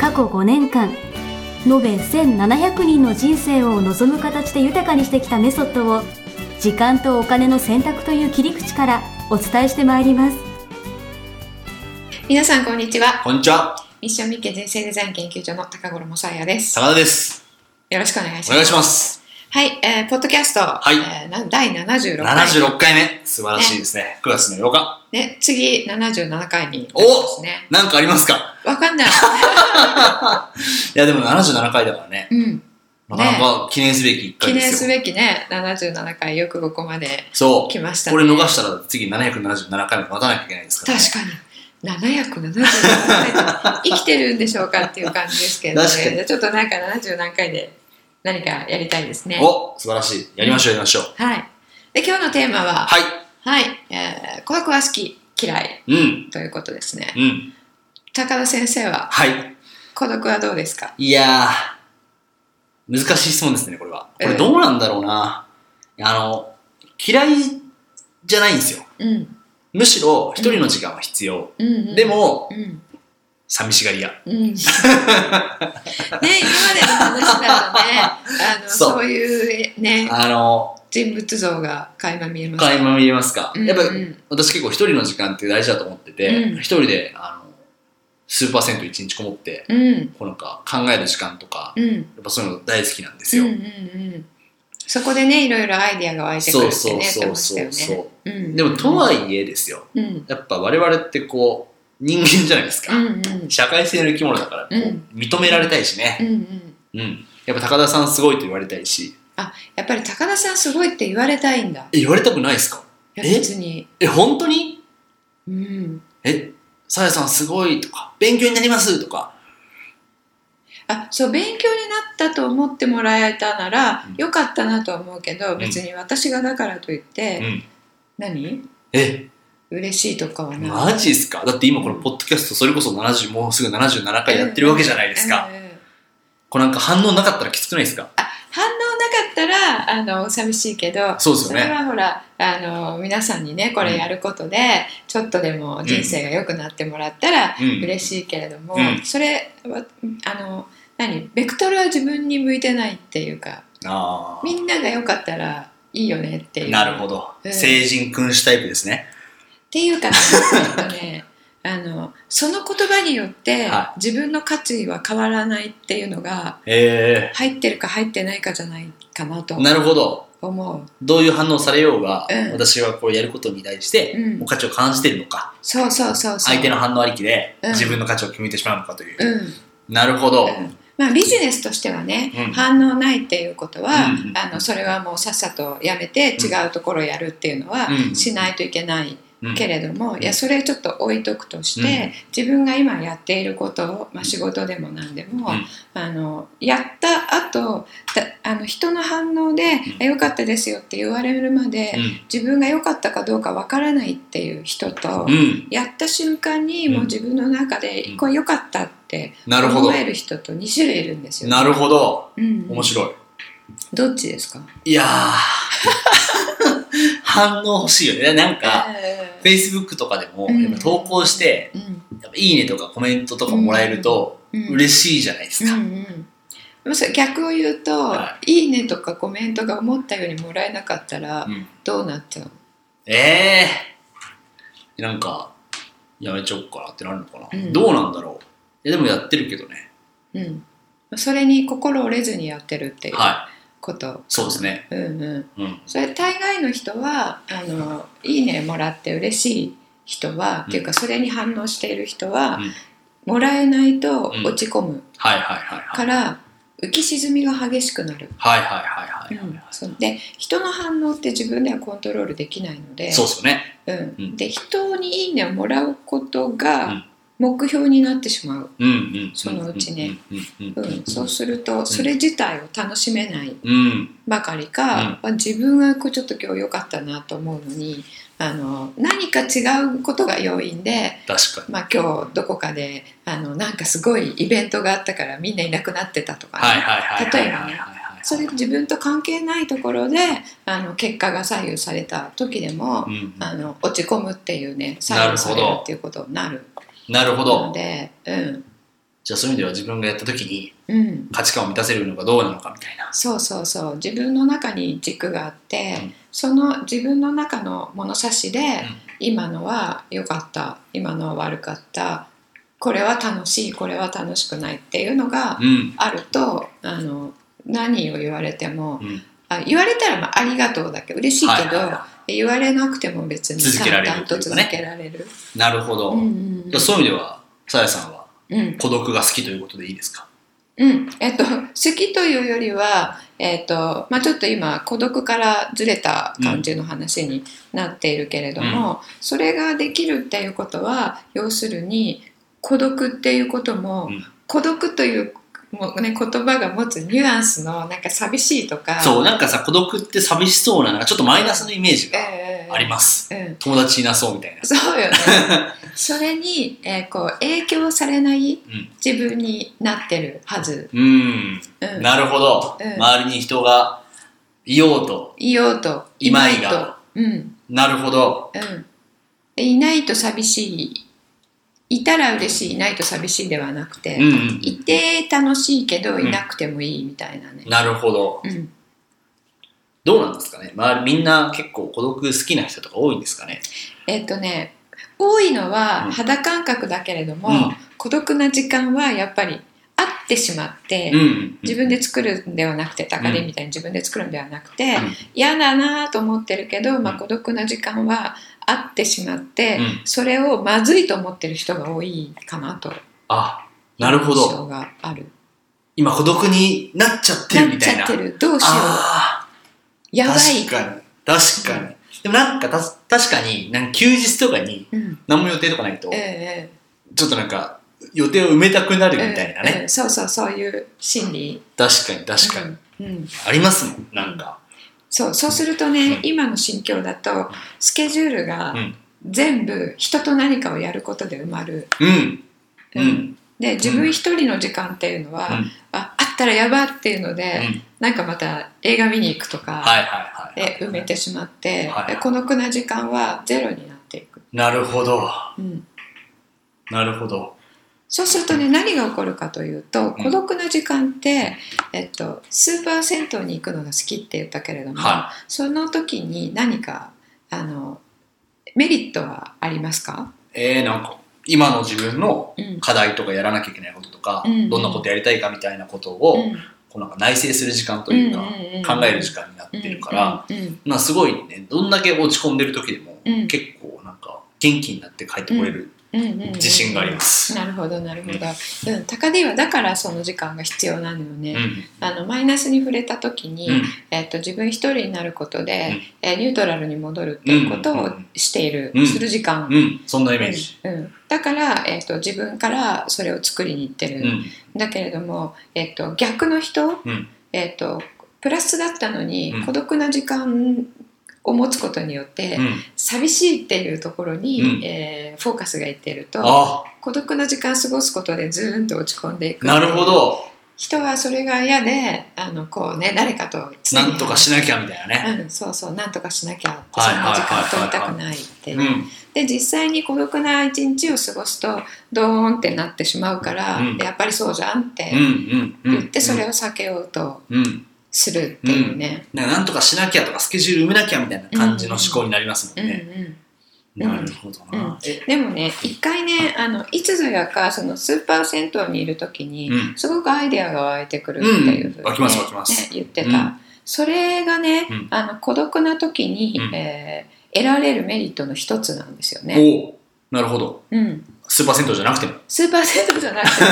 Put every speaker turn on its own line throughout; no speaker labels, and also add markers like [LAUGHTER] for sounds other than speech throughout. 過去5年間延べ1700人の人生を望む形で豊かにしてきたメソッドを時間とお金の選択という切り口からお伝えしてまいります
皆さんこんにちは
こんにちは、
ミッションミッケ人生デザイン研究所の高頃もさやです
高田です。
よろしくお願いします
お願いします。
はい、えー、ポッドキャスト、はいえーな第76回
76回目、素晴らしいですね。9月の8日。
ね、次77回になりま
お
すね
なんかありますか
わかん
[LAUGHS]
ない、
いや、でも77回だからね。
うん、
なかなか記念すべき1
記
回で
念
す
す
よ。
べきね77回よくここまで
そ
来
う。
ましたね
これ逃したら次777回も待たなきゃいけないですから、ね。
確かに777回と生きてるんでしょうかっていう感じですけど、
確か
ね、
に
ちょっとなんか70何回で何かやりたいですね
お素晴らしい。やりましょう、やりましょう。
はいで今日のテーマは
はい。
はい、えー、怖くは好き嫌い
うん。
ということですね
うん。
高田先生は
はい。
孤独はどうですか
いやー、難しい質問ですね、これは。こ
ええ
れどうなんだろうな。あの、嫌いじゃないんですよ。
うん、
むしろ、一人の時間は必要。
うんうん、
でも、
うん
寂しがり屋。
うん
[LAUGHS]
ね、今までの話だとねあのそ
そ
う
う
いう、ね、
あの、
人物像が垣間見えます
垣間見えますか、
うん
やっぱ
うん
私結構一人の時間って大事だと思ってて、
うん
一人であのスーパー銭湯一日こもって
うん
こうなんか考える時間とか、
うんうん
やっぱそういうの大好きなんです
うんう
よ、
んそこでねいろいろアイディアが湧いてくる
そう
って
そう
ね
そ
言って
う
まし
そ
た
う、
よねうん
でもとはいえですよ
うん
やっぱ我々ってこう人間じゃないですか、
うんうん
社会性の生き物だからこう
うん
認められたいしね
う、んうん
うんやっぱ高田さんすごいと言われたいし
やっぱり高田さんすごいって言われたいんだ
え言われたくないですか
いや
え
別に
え本当に
うん
えさやさんすごいとか勉強になりますとか
あそう勉強になったと思ってもらえたなら、
うん
よかったなとは思うけど
ん
別に私がだからといって、
うん
何
え
嬉しいとかはない
マジっすかだって今このポッドキャストそれこそ70もうすぐ77回やってるわけじゃないですか、
うんうんうん
これなんか反応なかったらきつくないですか
反応なかったらあの寂しいけど
そうですよね
れはほらあの皆さんにねこれやることで、ちょっとでも人生が良くなってもらったら
うん
嬉しいけれども、
うん
それはあの何ベクトルは自分に向いてないっていうか
あ
みんなが良かったらいいよねっていう。
なるほど、
うん
成人君主タイプですね
っていうかねえっと
[LAUGHS]
ねあのその言葉によって、
は
自分の価値は変わらないっていうのが
え
入ってるか入ってないかじゃないかなと
ー、なるほど
思う
どういう反応されようが、
うん
私はこうやることに対して、
うん
もう価値を感じてるのか
そうそうそうそう
相手の反応ありきで、
うん
自分の価値を決めてしまうのかというう、
ん、
なるほど、
うんまあ、ビジネスとしてはね、
うん
反応ないっていうことは、
うんうん
あのそれはもうさっさとやめて
うん
違うところをやるっていうのは
うん
しないといけない
うん
けれども、いやそれちょっと置いとくとして、自分が今やっていることを、まあ、仕事でも何でも、
うん
あのやった後だあの人の反応で「あ良、かったですよ」って言われるまで、
うん
自分が良かったかどうかわからないっていう人と、
うん
やった瞬間に
うん
もう自分の中で
う
「
ん
これ良かった」って
なるほど
思える人と2種類いるんですよ。
なるほど
うん、
面白い、
どっちですか、
いやー [LAUGHS] 反応欲しいよねなんか、
え
Facebook とかでも、
うん
やっぱ投稿して、
ーうん
やっぱいいねとかコメントとかもらえると、
うん
嬉しいじゃないですか。
うんうんでもそれ逆を言うと、、
はい
いねとかコメントが思ったよりもらえなかったら
うん
どうなっちゃう、
えー、なんか、やめちゃおうかなってなるのかな。
うん
どうなんだろう。いや、でもやってるけどね。
うん、それに心折れずにやってるっていう
はい。
こと、
そうですね。
うんうん、
うん。
それ大概の人はあの「いいね」もらって嬉しい人は、
ん
っていうかそれに反応している人は、
うん
もらえないと落ち込む
はいはいはいは
か
い。
ら、浮き沈みが激しくなる。
はいはいはいはい。
そうで人の反応って自分ではコントロールできないので
そうっすよね。
うん
うん
で人に「いいね」をもらうこと
う
が
ん
目標になってしまう、
うんうん
そのうちね
うんうん
う
うん
ん、そうするとそれ自体を楽しめない
うん
ばかりか、まあ自分がこうちょっと今日良かったなと思うのにあの何か違うことが要因で、
確かに
まあ、今日どこかであのなんかすごいイベントがあったからみんないなくなってたとかね、
はいはいはいはい
例えば
はい
ね
はいはい
それ自分と関係ないところであの結果が左右された時でも、
うんうん
あの落ち込むっていうね
な
左
る
右さ
ほど
れるっていうことになる
なる
の
ほど
でうん
じゃあそういう意味では自分がやった時に
うん
価値観を満たせるのかどうなのかみたいな
そうそうそう自分の中に軸があって、
うん
その自分の中の物差しで、今のは良かった今のは悪かったこれは楽しいこれは楽しくないっていうのが
うん
あるとあの何を言われても
うん
あ言われたらまあありがとうだけど嬉しいけど、
はいはいは
言われなくても別に
続けられる
淡々と続けられる。
いなるほど
うん
じゃあそういう意味ではさやさんは
うんうん
孤独が好きということでいいですか
うんえっと、好きというよりは、えっとまあ、ちょっと今孤独からずれた感じの話になっているけれども、それができるっていうことは要するに孤独っていうことも、
うん
孤独というもう、ね、言葉が持つニュアンスのなんか寂しいとか
そうなんかさ孤独って寂しそうななんかちょっとマイナスのイメージが
えー
あります
うん、
友達いなそうみたいな
そう
[LAUGHS]
よねそれに、えーこう影響されない
うん
自分になってるはず。
うん
うん、
なるほど、
うん
周りに人がいようと
いようと
いまいが
と。うん
なるほど
うん、いないと寂しいいたら嬉しいいないと寂しいではなくて、
うんうん
いて楽しいけど
ん
いなくてもいいみたいなね、
なるほど
うん、
どうなんですかね周りみんな結構孤独好きな人とか多いんですかね
えっとね多いの
う
は
ん
肌感覚だけれども、
うん
孤独な時間はやっぱりあってしまって、
うんうん
自分で作るんではなくて高
う
り
ん
みたいに自分で作るんではなくて、
うん
嫌だなと思ってるけど、ま
う
あ、
ん
孤独な時間はあってしまって、
うん
それをまずいと思ってる人が多いかなと
あなるほ
印
ど
象がある。
今孤独になっちゃって
な
る
っ
み
ち
たい
ゃ
な
ってるどうしよう
あ
や
ー
ばい
確かに確かに、でもなんかた確かになんか休日とかに
うん
何も予定とかないと、
ええ
ちょっとなんか予定を埋めたくな
え
る
え
みたいな
え
ね、
えそうそうそういう心理
確かに確かに、
に、うん
ありますもんなんか
そうそうするとね、
うん
今の心境だとスケジュールが
うん
全部人と何かをやることで埋まる、
うんう
うんんで自分一人の時間っていうのは、
うん
ああったらやばっていうの
うん
で、なんかまた映画見に行くと
は
か
いはいはい
で埋めてしまって、
はい
で孤独な時間はゼロになっていく、
なるほど
うん、
なるほど
そうするとね何が起こるかというと
うん
孤独な時間って、えっと、スーパー銭湯に行くのが好きって言ったけれども、
は
その時に何かあのメリットはありますか、
えー、なんか今の自分の
うん
課題とかやらなきゃいけないこととか、
うん
どんなことやりたいかみたいなことを、
うん
こうなんか内省する時間というか、考える時
間
間になってるから、、
うんうんうん
まあすごいねどんだけ落ち込んでる時でも、
うん
結構なんか元気になって帰ってこれる
うんうんうん
自信があります。
なるほどなるほど、うん、高 D はだからその時間が必要なのよね、
うん
あのマイナスに触れた時に、
うん
えっと自分一人になることで、えーニュートラルに戻るっていうことをしている、
うん
する時間
うん、そんなイメージ。
うんうん、だから、えー、と自分からそれを作りに行ってる、
うん
だけれども、えー、と逆の人、
うん
えー、とプラスだったのに、
うん
孤独な時間を持つことによって、
うん、
寂しいっていうところに、
うん
えーフォーカスがいってると
あ
孤独な時間過ごすことでずーんと落ち込んでいく
なるほど
人はそれが嫌であのこう、ね、誰かと常に
なんとかしなきゃみたいなね。
うん、そうそうなんとかしなきゃってそ
はい
んな
はい
時
はい
間取りたくないっていううん
うん
で実際に孤独な一日を過ごすとドーンってなってしまうから、
うん
やっぱりそうじゃんって
うんうん
言ってそれを避けようと
うん、
するっていうね。
なんかなんとかしなきゃとかスケジュール埋めなきゃみたいな感じの思考になりますも
うんんう
ね。
んうん
なるほどな。え
でもね一回ねあのいつぞやかそのスーパー銭湯にいる時に、
うん
すごくアイデアが湧いてくるっていうふうに、ね
うん湧きます湧きます
ね言ってた、
うん
それがね、
うん
あの孤独な時に、
うん
えー得られるメリットの一つなんですよね。
おうなるほど
うん、
スーパー銭湯じゃなくても [LAUGHS]
スーパー銭湯じゃなくて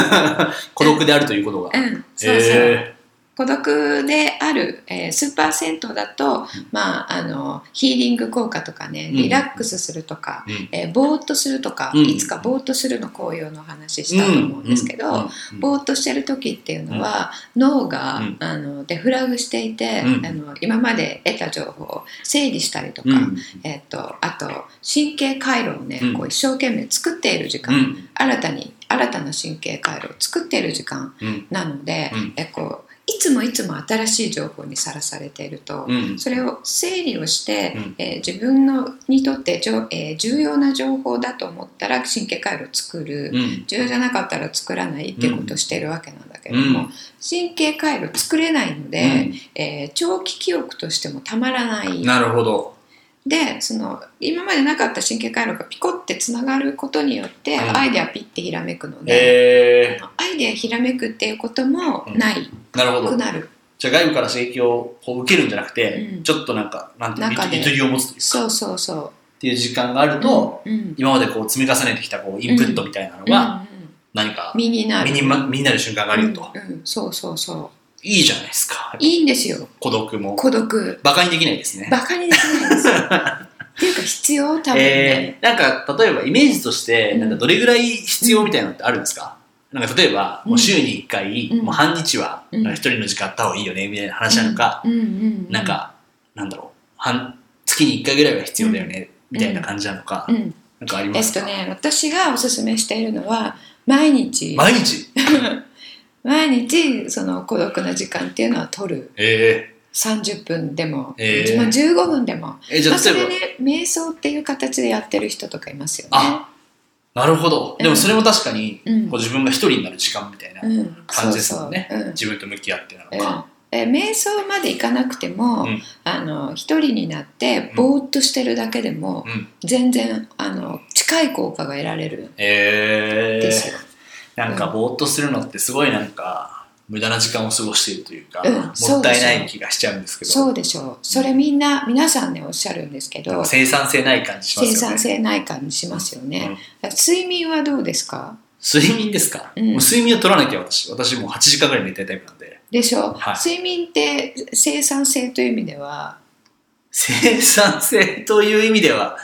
も、
孤独であるということが。
うん、そうそう、
え
孤独である、えー、スーパー銭湯だと、まあ、あのヒーリング効果とかね
うん
リラックスするとか、
うん
えーぼーっとするとか、
うん
いつかぼーっとするの紅葉の話したと思うんですけど、
うん
ぼーっとしてる時っていうのは、脳が、
うん
あのデフラグしていて、
うん
あの今まで得た情報を整理したりとか、
うん
えっとあと神経回路をね、
うん
こう一生懸命作っている時
う
間、
ん
新たに新たな神経回路を作っている時間
うん
なので、
うん
えこういつもいつも新しい情報にさらされていると、
うん
それを整理をして、
うん
えー自分のにとってじょ、えー重要な情報だと思ったら神経回路を作る。
うん
重要じゃなかったら作らないっていうことをしてるわけなんだけれども、
うん
神経回路作れないので、えー長期記憶としてもたまらない
なるほど
でその今までなかった神経回路がピコってつながることによって、
うん
アイデアピッてひらめくので、
へえ
アイデアひらめくっていうこともない、
なるほ
なく
ど
なる
じゃあ外部から刺激をこう受けるんじゃなくて、
うん
ちょっとなんかなんていう
中
の
で
ゆとりを持つというか
そうそうそ
っていう時間がある
う
と、
うんうん
今までこう積み重ねてきたこうインプットみたいなのが
うんうん
何か
身になる
身に,、ま、身になる瞬間があるよと、
うんうんそうそうそ
いいじゃないですか
ういいんですよ
孤独も
孤独
バカにできないですね
バカにできないんです
[LAUGHS]
よっていうか必要多分ね、
えー、なんか例えばイメージとして
うん
なんかどれぐらい必要みたいなのってあるんですか、なんか例えばもう週に1回、
うん
もう半日は
うん
なんか一人の時間あった方がいいよねみたいな話なのか、
うんうんうん、
なんかなんだろう半月に1回ぐらいは必要だよね、みたいな感じなのか、
うん、
なんかあり
え
ま
っ
す
と
か、
ね私がおすすめしているのは毎日
毎日
毎日その孤独な時間っていうのは取る
え
30分でも、
えー
まあ15分でも、
ー、えじゃ
ま
あ
あ、そ
例え
れ
ば、
ね瞑想っていう形でやってる人とかいますよね。
あなるほどでもそれも確かに、
うん
こう自分が一人になる時間みたいな、
うん、
感じですもんね
そうそううん
自分と向き合ってなの
うん
か、
え瞑想までいかなくても、
うん
あの一人になってぼーっとしてるだけでも、
うん
全然あの近い効果が得られるん
え
です
ー
よ。
なんかぼーっとするのってすごいなんか無駄な時間を過ごしているというか、
うん
もったいない気がしちゃうんですけど
そうでしょうそれみんな皆さんねおっしゃるんですけ
なん
ど
か生産性ない感じしま
生
すよね
産性ない感じしますよ
うん
ね、睡眠はどうですか
睡眠ですか、
うん
もう睡眠を取らなきゃ私私もう8時間ぐらい寝たいタイプなんで
でしょ、
はい
睡眠って生産性という意味では
生産性という意味では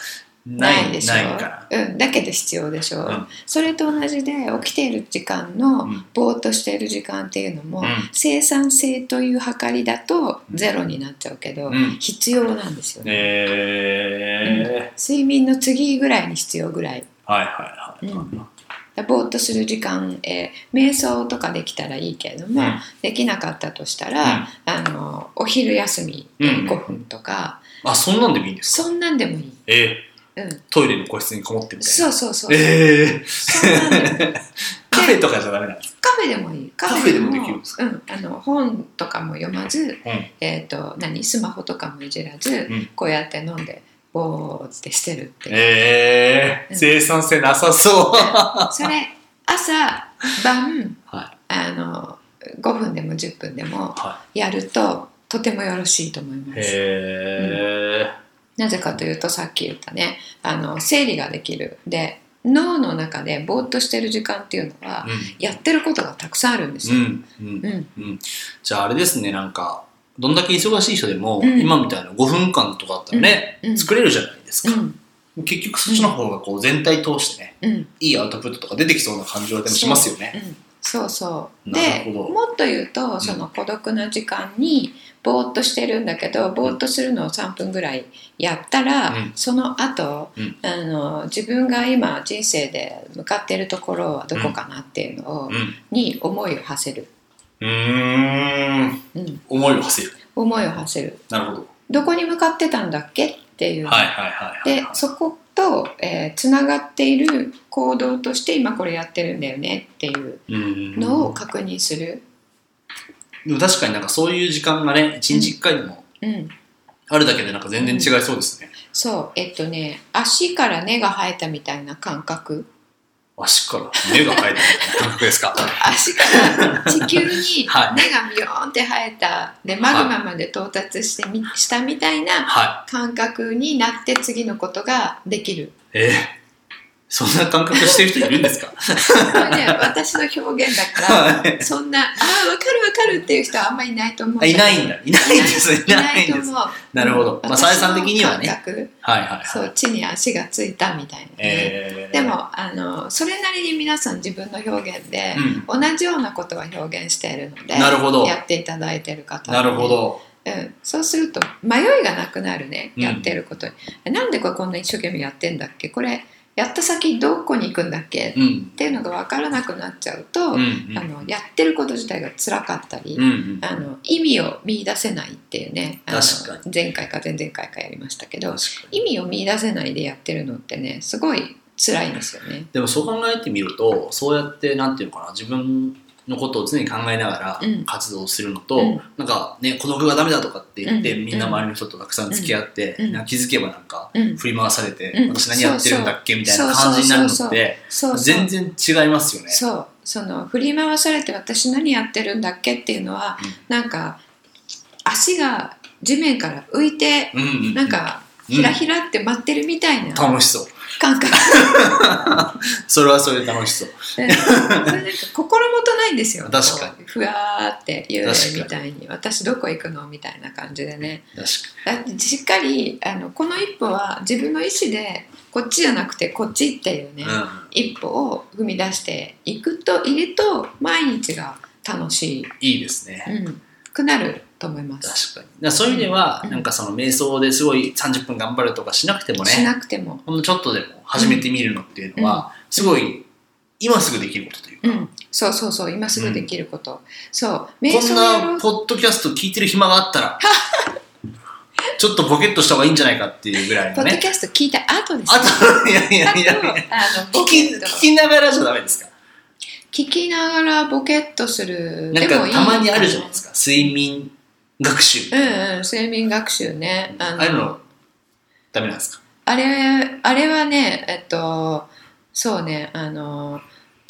ない
ないでしょ
ないから
うん、だけど必要でしょ、
うん
それと同じで起きている時間
う
の
ん
ぼーっとしている時間っていうのも、
うん
生産性という計りだとゼロになっちゃうけど、
うん
必要なんですよね
え
睡眠の次ぐらいに必要ぐらい
ー、はいはいはい、
うんぼーっとする時間、えー瞑想とかできたらいいけれども、
うん
できなかったとしたら、あのお昼休み
うん
5分とか、
あそんなんでもいいんですか
そんなんでもいい、
え
うん、
ー、トイレの個室にこもってみたい
そ
な
うそうそう、
えー、
そんなんでもいい
[LAUGHS] カフェとかじゃダメなんですか
カフェでもいいカ
フェでもできるんですか
うん、あの本とかも読まず、
うん
えー、と何スマホとかもいじらず、
うん
こうやって飲んでぼーってしてるっていう
えー、生産性なさそ
[LAUGHS]
う
それ朝晩
はい。
あの5分でも10分でも
は
やるととてもよろしいと思いま
へ
す。
え。
なぜかというとさっき言ったねあの整理ができるで脳の中でぼーっとしてる時間っていうのはやってることがたくさんあるんです
う
よ。
ん。うん。
うん
うん。じゃああれですね、なんか、どんだけ忙しい人でも、
うん
今みたいな5分間とかだったらね、
うんうん
作れるじゃないです
う
か。
ん
結局そっちの方がこう全体通してね、
うん
いいアウトプットとか出てきそうな感じはでもしますよね。
うんそうそう
なる
で
ほど
もっと言うとその孤独な時間にぼーっとしてるんだけどぼーっとするのを3分ぐらいやったら、
うん
その後、
うん
あの自分が今人生で向かってるところはどこかなっていうのを、
うん。
に思いを馳せる、
うーん。
うん、
思いを馳せる。
思いを馳せる
なるほど。
どこに向かってたんだっけっていう、
はいはいはいはい
で
はい。
そことつな、繋がっている行動として今これやってるんだよねっていう
うん
のを確認する。
でも確かになんかそういう時間がね、1日1回でも
うん
あるだけでなんか全然違いそうですね。
そうえっとね足から根が生えたみたいな感覚
足から目が生えてるみたいな感覚ですか。
足から地球に
[LAUGHS] はい
根がビヨーンって生えたでマグマまで到達してみしたみたいな
はい。 [LAUGHS]
感覚になって次のことができる
えーそんな感覚してる人いるんですか
これね、私の表現だか
はい
ら、そんな、ああ、わかるわかるっていう人はあんまりいないと思う。
[LAUGHS] あいないんだ。いないんです。い
い
な
ない
いん
と
です。
思う。
なるほどまあさえさん的には
私
ね
の感覚
はいはい
そ
は
う
い。
地に足がついたみたいなね、
えー
で、もあのそれなりに皆さん自分の表現で
う、ん。
同じようなことは表現しているので
なるほど
やっていただいている方は
な
ね
るほ、ど。
うん、そうすると迷いがなくなるね
うん
やっていることに、えなんでこれこんな一生懸命やってんだっけこれやった先どこに行くんだっけ
うん。
っていうのが分からなくなっちゃうと、
うん。う
あ
ん
のやってること自体が辛かったり、
うんうん。
あの意味を見出せないっていうねあの
確
前回か前々回かやりましたけど
確かに
意味を見出せないでやってるのってねすごい辛いんですよね。
でもそう考えてみるとそうやってなんていうのかな自分のことを常に考えながら
うん
活動するのと、
うん
なんかね孤独がダメだとかって言って、
うん
みんな周りの人とたくさん付き合って、
うん
なんか気づけばなんか
うん、
振り回されて、
うん
私何やってるんだっけみたい
そ
な
うそう
感じにな
そ
るの
うそう
って
そうそう
全然違いますよね。
そうその振り回されて私何やってるんだっけっていうのは、
うん
なんか足が地面から浮いて
うんうんうん、
なんか
うん
ひらひらって舞ってるみたいな
楽しそう
感
[LAUGHS]
覚、
それはそれで楽しそう
うんそれなんか心もとないんですよ
確か
こう
に
ふわーって幽
確かに
霊みたいに私どこ行くのみたいな感じでね
確か
だってしっかりあのこの一歩は自分の意思でこっちじゃなくてこっちっていうね、
に、
一歩を踏み出していくといると毎日が楽しい、
いいですね
うん、くなると思います。
確かにだからそういう意味では、
うん
なんかその瞑想ですごい30分頑張るとかしなくてもね
しなくても、
ほんのちょっとでも始めてみるのっていうのは、すごい今すぐできることという
う
か、
ん、そうそうそう今すぐできること、そう瞑
こ
想をやろ
ん
う
なポッドキャスト聞いてる暇があったらちょっとボケっとした方がいいんじゃないかっていうぐらい
ポ
の
ッド
ね
キャスト聞いた後です、
あといや
あ
いや
と
いやいや
あの
聞
ボ
き
ケッ
聞
と
きながらじゃダメですか
聞きながらボケっとする
なん
でも
か
いい
たまにあるじゃないですか睡眠学習
うんうん睡眠学習ねあの
ああいうのダメなんですか
あれあれはねえっとそうねあの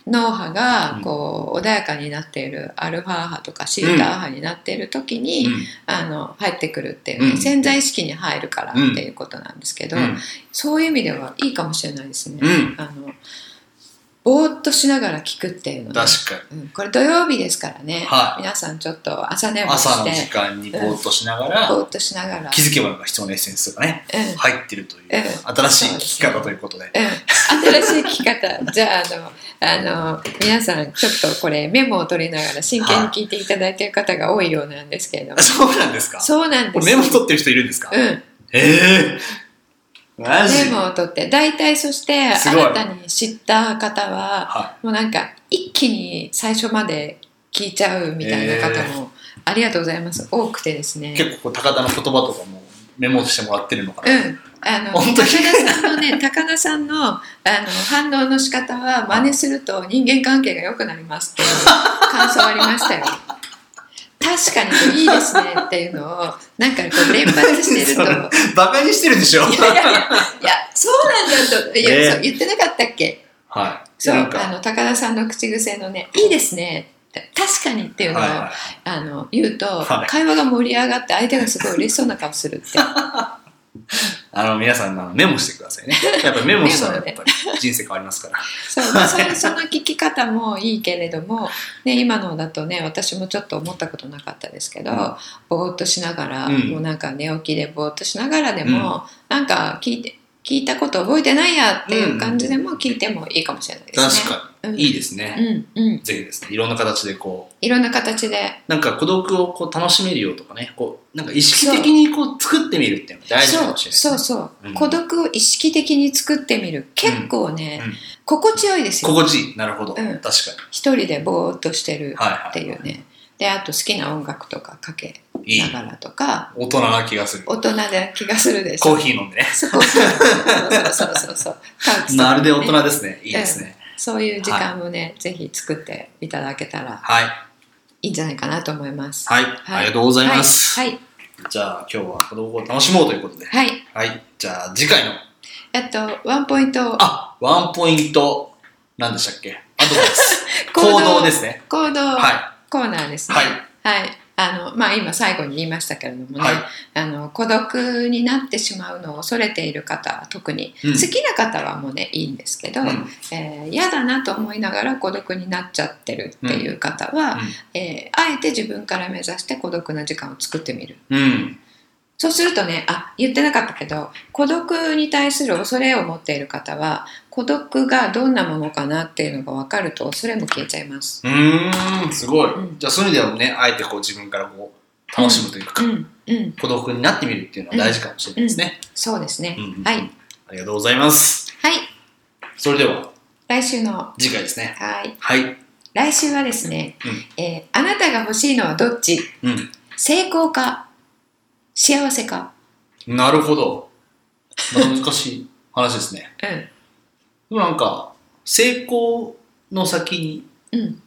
脳波がこう穏やかになっているアルファ波とかシータ波になっている時に、あの入ってくるっていうね、
うん
潜在意識に入るからっていうことなんですけど、
うん
そういう意味ではいいかもしれないですね。
うん
あのぼーっとしながら聞くっていうのね、
確かに
うん、これ土曜日ですからね、
はい
皆さんちょっと朝寝坊
朝
し
の時
て
間にぼーっとしながら、
ぼーっとしながら。
気づけばなんか必要なエッセンスがね、
うん
入ってるという、
ええ
新しい聞き方ということ
う
で
ん、新しい聞き方 [LAUGHS] じゃああのあの皆さんちょっとこれメモを取りながら真剣に聞いていただいている方が多いようなんですけれども、
あそうなんですか
そうなん
こ
で
れ
す
メモ取ってる人いるんですか、
うん、
ええマジ
メモを取って大体そして
すごい
新たに知った方は
は
もうなんか一気に最初まで聞いちゃうみたいな方も、ありがとうございます多くてですね
い、結構高田の言葉とかもメモしてもらってるのか
う
な、
ん、あの
本
高田
当に
さんのね [LAUGHS] 高田さんのあの反応の仕方は真似すると人間関係が良くなりますっていう感想ありましたよ。確かにいいですねっていうのをなんかこう連発してると
[LAUGHS] そ
い
れ
や
バカにしてるでしょ
いやいやいやそうなんだといや、
ええ
そう言ってなかったっけ
はい
そう
なん
あ
か
の高田さんの口癖のね「いいですね」って確かにっていうのを、
はいはい
あの言うと、
はい
会話が盛り上がって相手がすごい嬉しそうな顔す
[LAUGHS]
るって
あの皆さんあのメモしてく
[LAUGHS]
ださいねやっぱりメモしたらやっ
メ
ぱり人生変わりますから
そうまあそれその聞き方もいいけれども、ね、今のだとね私もちょっと思ったことなかったですけど、
うん
ぼーっとしながら、
うん
もうなんか寝起きでぼーっとしながらでも、なんか聞いて聞いたこと覚えてないやっていう感じでも聞いてもいいかもしれない [LAUGHS] です
確
ね。
か
うん
にいいですね、
うんうん、
ぜひですねいろんな形でこう
いろんな形で
なんか孤独をこう楽しめるよとかね、こうなんか意識的にこう作ってみるっていうのが大事か
そう
もしれないです
そ
ね、
うそう、
うん
孤独を意識的に作ってみる結構ね、
うんうん
心地よいですよ
心地いい、なるほど、
うん
確か
一人でぼーっとしてる
に。はいは
っ
い。
ていうねであと好きな音楽とかかけ
いい
な。がらとか
大人な気がする。
大人な気がするでしょ
コーヒー飲んでね。
そうコーヒーそうそうそうそう
[LAUGHS]
そうカウチとか
ま
ね
るで大人ですね。いいですね。
そういう時間もね、ぜひ作っていただけたら
はい。
いいんじゃないかなと思います
はい。ありがとうございます。
はい
じゃあ今日は孤独を楽しもうということで。
はい、はい
はい。じゃあ次回の、
えっとワンポイント。
あワンポイント、何 [LAUGHS] でしたっけアドバイス行動ですね。
行動
は
コーナーですね
はい
はい、あの、まあ、今最後に言いましたけれどもね、
はい
あの孤独になってしまうのを恐れている方特に、
うん
好きな方はもうねいいんですけど
うん
嫌、えー嫌だなと思いながら孤独になっちゃってるっていう方は、えーあえて自分から目指して孤独な時間を作ってみる。
うん
そうするとねあ言ってなかったけど孤独に対する恐れを持っている方は孤独がどんなものかなっていうのが分かると恐れも消えちゃいます。
うーんすごい、
うん
じゃあそういう意味ではねあえてこう自分からこう楽しむというか、
うん、うん、
孤独になってみるっていうのは大事かもしれないですね、
そうですね。
うんうん
はい、
ありがとうございます
はい、
それでは
来週の
次回ですね
はい
はい
来週はですね、えーあなたが欲しいのはどっち
うん
成功か幸せか、
なるほどまた難しい話ですね
う
でもなんか成功の先に
んうん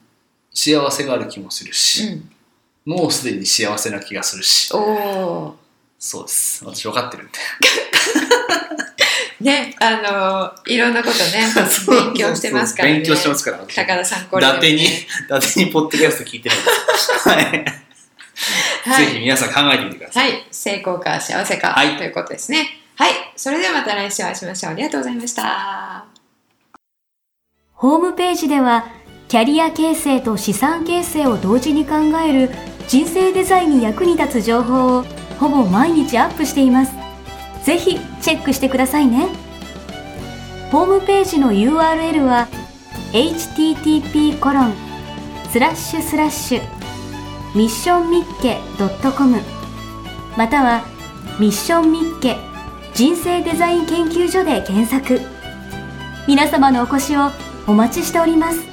幸せがある気もする
う
し、
ん、
もうすでに幸せな気がするし
お
そうです私分かってるんで
ーねあのーいろんなこと
[LAUGHS]
ね [LAUGHS] 勉強してますからね
勉強してますから私
高田さんこ
伊
れ、ね、
達に、伊達にポッドキャスト聞いてない
[LAUGHS]
です。はい。
はい、
ぜひ皆さん考えてみてください。
はい、成功か幸せか、
はい
ということですね。はい、それではまた来週お会いしましょう。ありがとうございました。
ホームページでは、キャリア形成と資産形成を同時に考える人生デザインに役に立つ情報をほぼ毎日アップしています。ぜひチェックしてくださいね。ホームページの URL は http コロンスラッシュスラッシュミッションミッケ .com またはミッションミッケ人生デザイン研究所で検索。皆様のお越しをお待ちしております。